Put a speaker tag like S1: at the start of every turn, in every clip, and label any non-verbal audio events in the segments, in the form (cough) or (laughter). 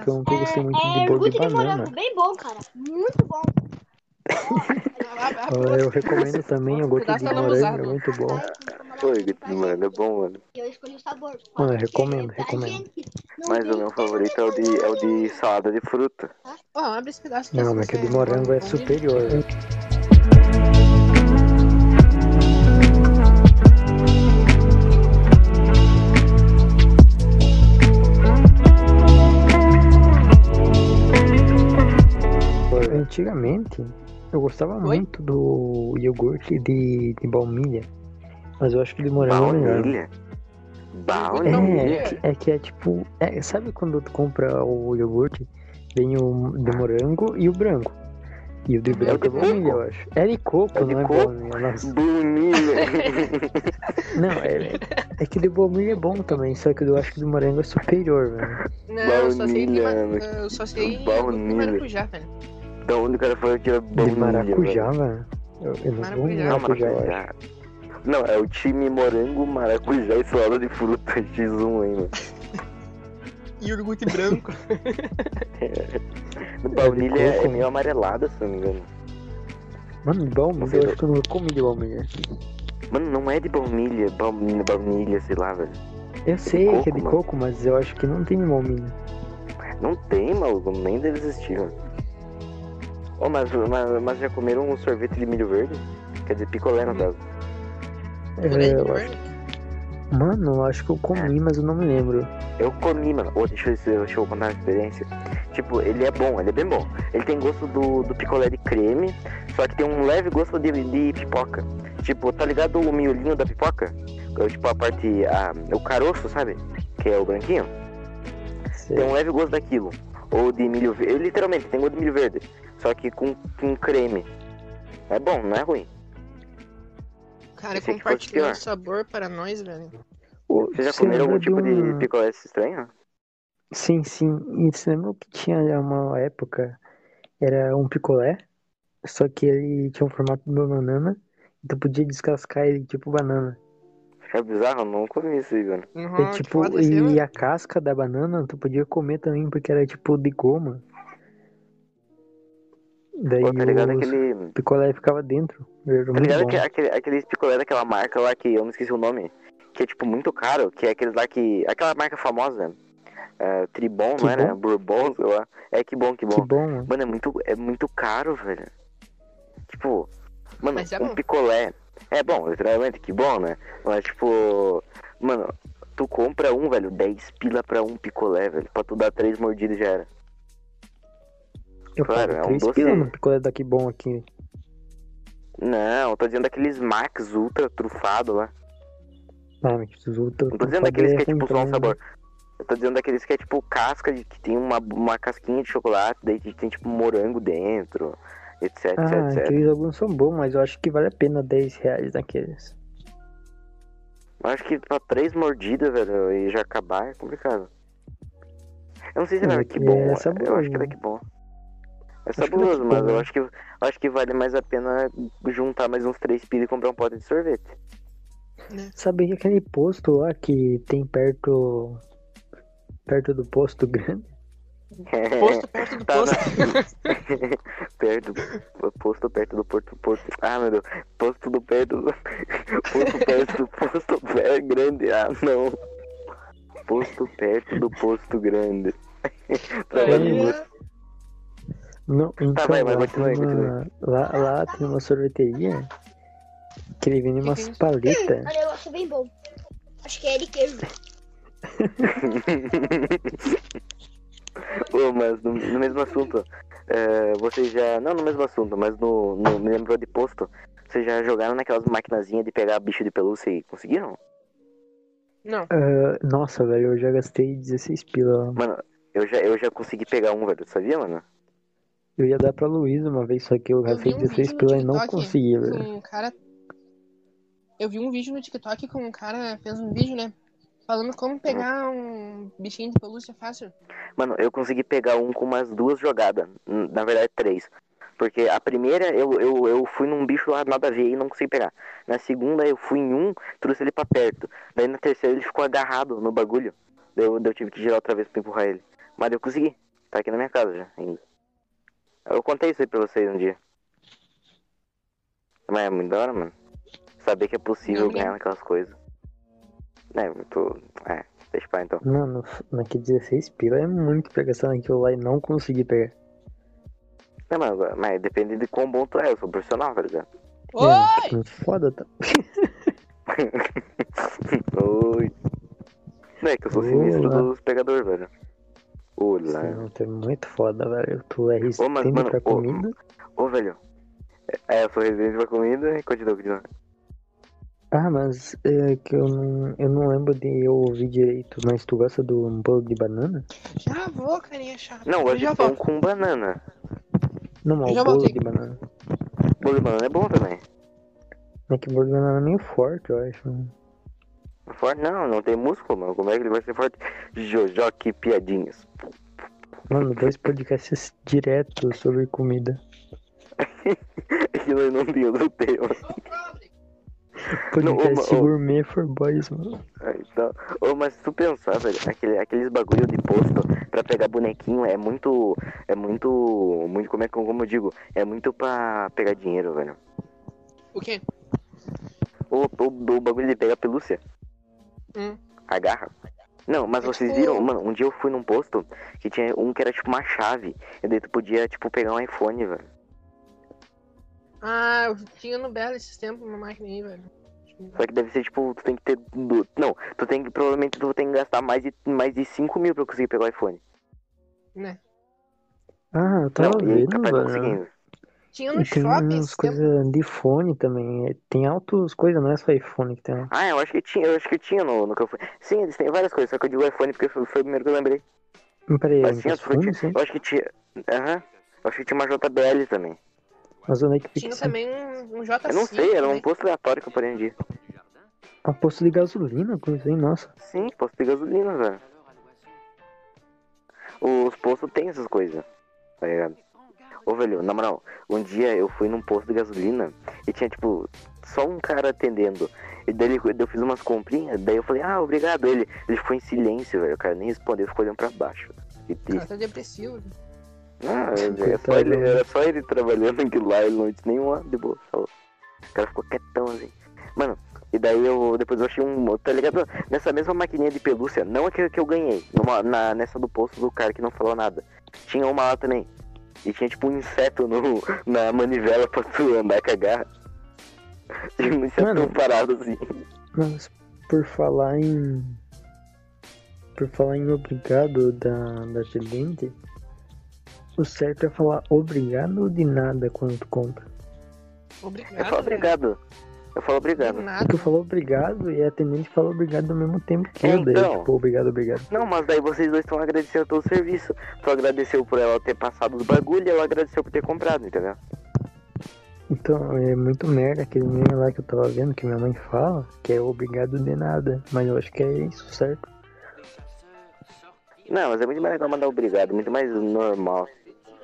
S1: Então, eu gostei muito
S2: É
S1: de bolo de
S2: iogurte de
S1: banana.
S2: morango, bem bom, cara. Muito bom.
S1: Ah, Eu recomendo também o gosto
S3: Cuidado
S1: de
S3: pra não usar,
S1: morango, é
S3: não.
S1: muito bom.
S2: Ai, quem comprou morango pra
S4: Pô, mano, é
S2: gente,
S4: bom, mano.
S2: Eu escolhi o sabor.
S1: Mano, eu
S2: Porque
S1: recomendo,
S2: da
S1: recomendo.
S2: gente não
S4: Mas
S2: tem
S4: o meu
S2: como
S4: favorito é o de, é o de salada de fruta.
S3: Ó, abre esse pedaço que
S1: Não,
S3: esse
S1: mas que
S3: você
S1: de morango é
S3: bom.
S1: superior. Antigamente, eu gostava
S3: Oi?
S1: muito do iogurte de, de baunilha. Mas eu acho que de morango é melhor.
S4: Baunilha?
S1: É,
S4: Baunilha?
S1: que- é que é tipo. é, sabe quando tu compra o iogurte? Vem o de morango e o branco. E o de branco é
S4: de
S1: baunilha,
S4: coco?
S1: eu acho. É de coco,
S4: É de
S1: não é
S4: coco?
S1: baunilha. Nossa.
S4: Baunilha!
S1: Não, é, é que o de baunilha é bom também, só que eu acho que o de morango é superior, velho.
S3: Não, eu só sei de, ma-
S4: Baunilha,
S3: eu só sei de
S4: baunilha.
S3: maracujá, velho.
S4: da onde o cara falou que é baunilha?
S1: De maracujá,
S4: velho?
S1: velho. Eu, eu não vou
S3: Maracujá.
S4: Não, é
S1: maracujá, eu acho.
S4: maracujá. Não, é o time morango, maracujá e salada de fruta (laughs) X1, hein, mano.
S3: Iogurte branco.
S4: Baunilha é
S1: coco, né?
S4: meio amarelada, se não me engano.
S1: Mano, de baunilha, eu acho que eu nunca comi de baunilha.
S4: Mano, não é de baunilha, baunilha, baunilha, sei lá, velho.
S1: Eu sei que é
S4: coco,
S1: de
S4: mano.
S1: coco, mas eu acho que não tem de baunilha.
S4: Não tem, maluco, nem deve existir, mano. Ô, mas, mas, mas já comeram um sorvete de milho verde? Quer dizer, picolé, no caso.
S1: (laughs) É, eu acho- Mano, eu acho que eu comi, mas eu não me lembro.
S4: Eu comi, mano. Ô, deixa, eu, deixa eu contar uma experiência. Tipo, ele é bom, ele é bem bom. Ele tem gosto do, do picolé de creme, só que tem um leve gosto de, de pipoca. Tipo, tá ligado o miolinho da pipoca? É, Tipo, a parte. A, o caroço, sabe? Que é o branquinho.
S1: Sei.
S4: Tem um leve gosto daquilo. Ou de milho verde. Ele literalmente tem gosto de milho verde. Só que com, com creme. É bom, não é ruim.
S3: Cara,
S4: Esse aqui
S3: compartilhou
S4: foi
S3: o sabor para nós, velho.
S1: Ô,
S4: Vocês já
S1: você
S4: comeram algum
S1: lembra
S4: tipo de
S1: uma-
S4: picolé estranho?
S1: Sim, sim. E você lembra que tinha uma época, era um picolé, só que ele tinha um formato de uma banana, e tu podia descascar ele tipo banana.
S4: É bizarro, eu não comi isso aí, mano.
S3: Uhum,
S1: e
S3: que
S1: tipo,
S3: foda, sei lá.
S1: e a casca da banana tu podia comer também, porque era tipo de goma. Daí
S4: Pô, tá ligado
S1: o
S4: aquele.
S1: picolé ficava dentro. Era
S4: Tá
S1: é muito
S4: ligado
S1: bom.
S4: aque- aquele, aquele picolé daquela marca lá que eu não esqueci o nome? Que é tipo muito caro, que é aqueles lá que. Aquela marca famosa. é, Tribon,
S1: Que
S4: não era?
S1: bom.
S4: Bourbon, sei lá. É que bom, que bom.
S1: Que bom, mano.
S4: Mano, é muito, é muito caro, velho. Tipo, mano,
S3: Mas é
S4: um
S3: bom.
S4: picolé. É bom, literalmente, que bom, né? Mas tipo, mano, tu compra um, velho, 10 pila pra um picolé, velho. Pra tu dar três mordidas já era.
S1: Eu
S4: claro,
S1: pago
S4: é um
S1: três
S4: doce-
S1: pila no picolé daqui bom aqui.
S4: Não, eu tô dizendo daqueles Max ultra trufado lá.
S1: Ah, mas esses outros
S4: Não tô dizendo
S1: fazer
S4: daqueles que é
S1: ruim
S4: tipo só
S1: também,
S4: um
S1: né?
S4: sabor. Eu tô dizendo daqueles que é tipo casca, de, que tem uma, uma casquinha de chocolate, daí que tem tipo morango dentro, etc,
S1: Ah,
S4: etc, etc.
S1: aqueles alguns são bons, mas eu acho que vale a pena 10 reais naqueles.
S4: Eu acho que pra três mordidas, velho, e já acabar é complicado. Eu não sei se
S1: Mas
S4: era
S1: é
S4: que
S1: que
S4: bom,
S1: é
S4: eu
S1: saboroso,
S4: acho que era
S1: né?
S4: que bom. É
S1: que era
S4: saboroso,
S1: que
S4: mas
S1: bom,
S4: eu
S1: né?
S4: acho que, eu acho que vale mais a pena juntar mais uns três pila e comprar um pote de sorvete.
S1: Sabe que aquele posto lá que tem perto. perto do posto grande?
S3: Posto perto do
S4: Tá,
S3: posto.
S4: (laughs) perto, posto perto do porto, porto. Ah, meu Deus, posto do perto, do- posto perto do posto pé grande. Ah, não. Posto perto do posto grande. (laughs) Tá,
S1: Olha.
S4: mas-
S3: né?
S1: Não, então,
S4: vai, vai,
S1: lá,
S4: continua aí,
S1: tem uma, lá, lá tem uma sorveteria que ele vende umas
S3: isso?
S1: paletas.
S2: É um negócio bem bom. Acho que é de queijo.
S4: Ô, mas no, no mesmo assunto, é, vocês já. Não no mesmo assunto, mas no, no- me lembrou de posto. Vocês já jogaram naquelas maquinazinhas de pegar bicho de pelúcia e conseguiram?
S3: Não.
S1: Ah, nossa, velho, eu já gastei 16 pila. lá.
S4: Mano, eu já, eu já consegui pegar um, velho. Sabia, mano?
S1: Eu ia dar pra Luiz uma vez, só que eu gastei
S3: vi um
S1: 16
S3: vídeo no
S1: pila e não
S3: TikTok
S1: consegui, velho.
S3: com um cara. Eu vi um vídeo no TikTok com um cara fez um vídeo, né? Falando como pegar um bichinho de pelúcia fácil.
S1: É.
S4: Mano, eu consegui pegar um com umas duas jogadas. N- Na verdade, três. Porque a primeira, eu, eu, eu fui num bicho lá, nada a ver, e não consegui pegar. Na segunda, eu fui em um, trouxe ele pra perto. Daí na terceira, ele ficou agarrado no bagulho. Daí eu, daí eu tive que girar outra vez pra empurrar ele. Mas eu consegui. Tá aqui na minha casa já. E Eu contei isso aí pra vocês um dia. Mas é muito da hora, mano. Saber que é possível
S3: Não me
S4: ganhar naquelas coisas. É, eu tô. É, deixa pra lá, então.
S1: Mano, naquele 16 pila é muito pegação naquilo lá e não consegui pegar.
S4: Não, mano, agora- mas depende de quão bom tu é, eu sou profissional, tá ligado? (laughs)
S3: Oi!
S1: Mano, foda, tá?
S4: Oi. Não, é que eu sou sinistro
S1: Olá.
S4: dos pegadores, velho. Olá.
S1: Não, tu é muito foda, velho. Tu é
S4: né? Ô, mas,
S1: resistente
S4: mano,
S1: pra
S4: ô,
S1: comida.
S4: Ô, velho. É, eu sou residente pra comida e continua, continua.
S1: Ah, mas é que eu não, eu não lembro de eu ouvir direito, mas tu gosta do bolo de banana?
S3: Já vou, carinha chata.
S4: Não, eu gosto
S3: já
S4: de pão
S3: volto.
S4: com banana.
S1: Não, mas
S3: Eu já
S1: o bolo
S3: voltei.
S1: de banana.
S4: Bolo de banana é bom também.
S1: É que o bolo de banana é meio forte, eu acho.
S4: Forte não, não tem músculo, mano. Como é que ele vai ser forte? Jojo, que piadinhas. (laughs)
S1: Mano, dois podcasts direto sobre comida.
S4: Aquilo aí não tem outro tema. Não, ô,
S1: Podcast
S4: ô.
S1: gourmet for boys, mano.
S4: Ah, Então, ô, mas se tu pensar, velho, aquele, aqueles bagulho de posto pra pegar bonequinho é muito. É muito. muito como é que como eu digo? É muito pra pegar dinheiro, velho.
S3: O quê?
S4: Ou o, bagulho de pegar pelúcia.
S3: Hum.
S4: Agarra. Não, mas
S3: É
S4: vocês
S3: tipo-
S4: viram, mano, um dia eu fui num posto que tinha um que era tipo uma chave. E daí tu podia, tipo, pegar um iPhone, velho.
S3: Ah, eu tinha no Belo esses tempos uma máquina aí, velho.
S4: Só que deve ser tipo, tu tem que ter. do- Não, tu tem que. Provavelmente tu tem que gastar mais de, mais de 5 mil pra conseguir pegar o iPhone.
S3: Né?
S1: Ah, eu tava
S4: não, e é aí
S1: vendo,
S4: capaz de
S1: velho.
S4: conseguir.
S3: Tinha no
S1: E tem
S3: shopping
S1: umas
S3: esses tempos.
S1: coisas de fone também. Tem altas coisas, não é só iPhone que tem. lá.
S4: Ah, eu acho que tinha, eu acho que tinha no, no que eu fui. Sim, eles têm várias coisas, só que eu digo iPhone porque foi, foi o primeiro que eu lembrei.
S1: Mas Peraí,
S4: Mas é tinha
S1: mas
S4: as frutas.
S1: sim.
S4: Eu acho que tinha. Aham. Eu acho que tinha uma JBL também.
S1: Mas onde é que fica
S3: Tinha
S1: isso?
S3: também um, um JC.
S4: Eu não sei, era um
S3: também.
S4: posto aleatório que eu parei um dia.
S1: Ah, posto de gasolina, coisa aí, nossa.
S4: Sim, posto de gasolina, velho. Os postos têm essas coisas, tá ligado? Ô, velho, na moral, um dia eu fui num posto de gasolina e tinha, tipo, só um cara atendendo. E daí ele- eu fiz umas comprinhas, daí eu falei, ah, obrigado. Ele, ele ficou em silêncio, velho. O cara nem respondeu, ficou olhando pra baixo. Que
S3: Cara,
S4: triste.
S3: tá depressivo.
S4: Ah,
S1: Sim,
S4: era, só
S1: coitado,
S4: ele,
S1: né?
S4: era só ele trabalhando aquilo lá, ele não disse nenhuma de boa. Falou. O cara ficou quietão assim. Mano, e daí eu depois eu achei um. Tá ligado? Nessa mesma maquininha de pelúcia, não aquela que eu ganhei, numa, na, nessa do posto do cara que não falou nada. Tinha uma lá também. E tinha tipo um inseto no, na manivela pra tu andar com a garra. (laughs) Tinha um inseto
S1: Mano.
S4: parado assim.
S1: Mas por falar em. Por falar em obrigado da, da atendente, o certo é falar obrigado de nada quando tu compra.
S3: Obrigado.
S4: Eu falo
S3: velho.
S4: obrigado. Eu falo obrigado.
S3: Nada.
S1: Porque eu falo obrigado e a atendente fala obrigado ao mesmo tempo que eu dei.
S4: Então.
S1: Tipo, obrigado, obrigado.
S4: Não, mas daí vocês dois estão agradecendo pelo serviço. Tu agradeceu por ela ter passado os bagulho e ela agradeceu por ter comprado, entendeu?
S1: Então, é muito merda aquele meme lá que eu tava vendo que minha mãe fala, que é obrigado de nada. Mas eu acho que é isso, certo?
S4: Não, mas é muito mais legal mandar obrigado, muito mais normal.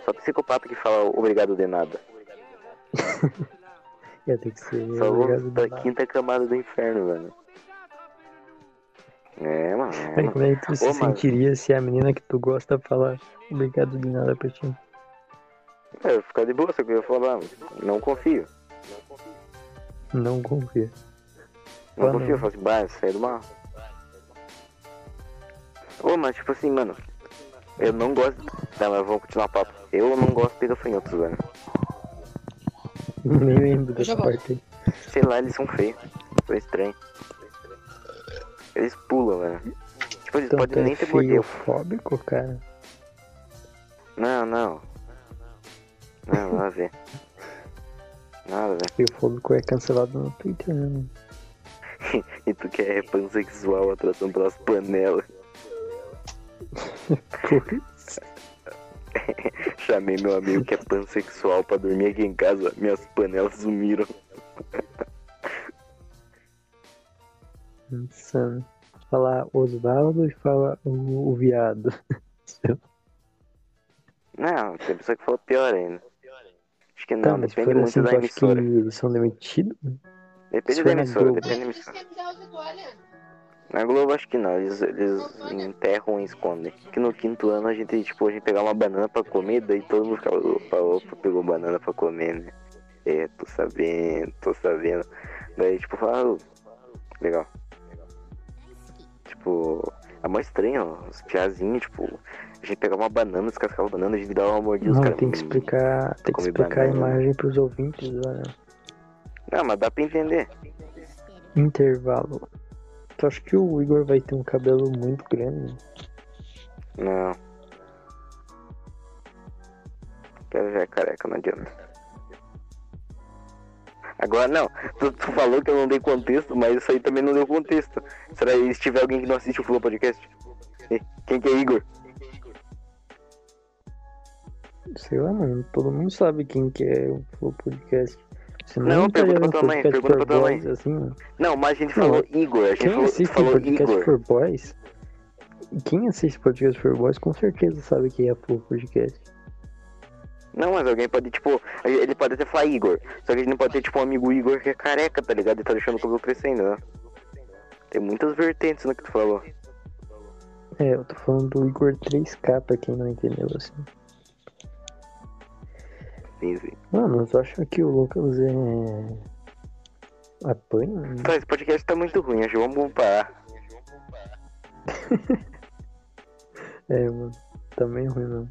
S4: Só psicopata que fala obrigado de nada.
S1: Ia ter que ser
S4: Só
S1: obrigado
S4: vamos
S1: de
S4: da
S1: nada.
S4: quinta camada do inferno, velho. É, mano. É,
S1: Aí,
S4: mano.
S1: como é que tu se
S4: Ô, mano.
S1: sentiria se a menina que tu gosta falar obrigado de nada pra ti?
S4: É, eu ia ficar de boa, só que eu ia falar, não confio.
S1: Não confia.
S4: Não
S1: Ah,
S4: confio,
S1: não.
S4: eu falo assim, bah, isso aí é do mal. Ô, mas tipo assim, mano. Eu não gosto. Não, mas vamos continuar o papo. Eu não gosto de gafanhotos, velho.
S1: Nem lembro
S3: Eu já
S1: dessa parte aí.
S4: Sei lá, eles são feios. São estranhos. Eles pulam, velho. Tipo, eles
S1: Então, tu
S4: podem
S1: é
S4: nem ter mordido.
S1: feiofóbico, cara?
S4: Não, não. Não, nada a ver. Nada, velho.
S1: Feiofóbico é cancelado no Twitter, né? mano?
S4: E tu que é pansexual, atração pelas
S1: (laughs)
S4: panelas. Chamei meu amigo que é pansexual pra dormir aqui em casa. Minhas panelas sumiram.
S1: Insano. Falar Osvaldo e fala o, o viado.
S4: Não, tem pessoa que fala pior ainda. Acho que
S1: Tá,
S4: não,
S1: mas se
S4: depende
S1: for
S4: muito
S1: assim,
S4: da
S1: tu acha que
S4: emissora.
S1: eles são demitidos?
S4: Depende
S1: se
S4: da
S1: for na
S4: emissora,
S1: Globo.
S4: depende da emissora. Na Globo acho que não, eles, eles enterram e escondem. Que no quinto ano a gente, tipo, a gente pegava uma banana pra comer, daí todo mundo ficava, opa, opa, pegou banana pra comer, né? É, tô sabendo, tô sabendo. Daí, tipo, fala, "Ah, legal. Tipo, é mó estranho, ó, os piazinhos, tipo, a gente pegava uma banana, os caras ficavam banana, a gente dava uma mordida, os tá
S1: Não,
S4: caras...
S1: tem que explicar, tem que
S4: come
S1: explicar a
S4: banana.
S1: imagem pros ouvintes, olha.
S4: Não, mas dá pra entender.
S1: Intervalo. Tu acha que o Igor vai ter um cabelo muito grande?
S4: Não. Quero já é careca, não adianta. Agora não, tu, tu falou que eu não dei contexto, mas isso aí também não deu contexto. Será que se tiver alguém que não assiste o Flow Podcast? Ei, Quem que é Igor?
S1: Sei lá, mano. Todo mundo sabe quem que é o Flow Podcast. Você
S4: Não,
S1: tá
S4: pergunta
S1: ligado
S4: pra
S1: no
S4: tua mãe,
S1: podcast
S4: pergunta
S1: por
S4: pra tua mãe.
S1: boys, Assim, mano?
S4: Não, mas a gente
S1: Não,
S4: falou Igor, a gente
S1: quem
S4: falou, tu
S1: assiste o
S4: falou
S1: podcast
S4: Igor.
S1: for boys? Quem assiste podcast for boys com certeza sabe quem é o Flow Podcast.
S4: Não, mas alguém pode, tipo, ele pode até falar Igor. Só que a gente não pode ter, tipo, um amigo Igor que é careca, tá ligado? E tá deixando o cabelo crescendo, né? Tem muitas vertentes no que tu falou.
S1: É, eu tô falando do Igor 3K, pra quem não entendeu, assim.
S4: Sim, sim.
S1: Mano, tu acha que o Lucas é... apanha?
S4: Tá, esse podcast tá muito ruim, acho que vamos parar.
S1: É, mano. Também ruim, mano.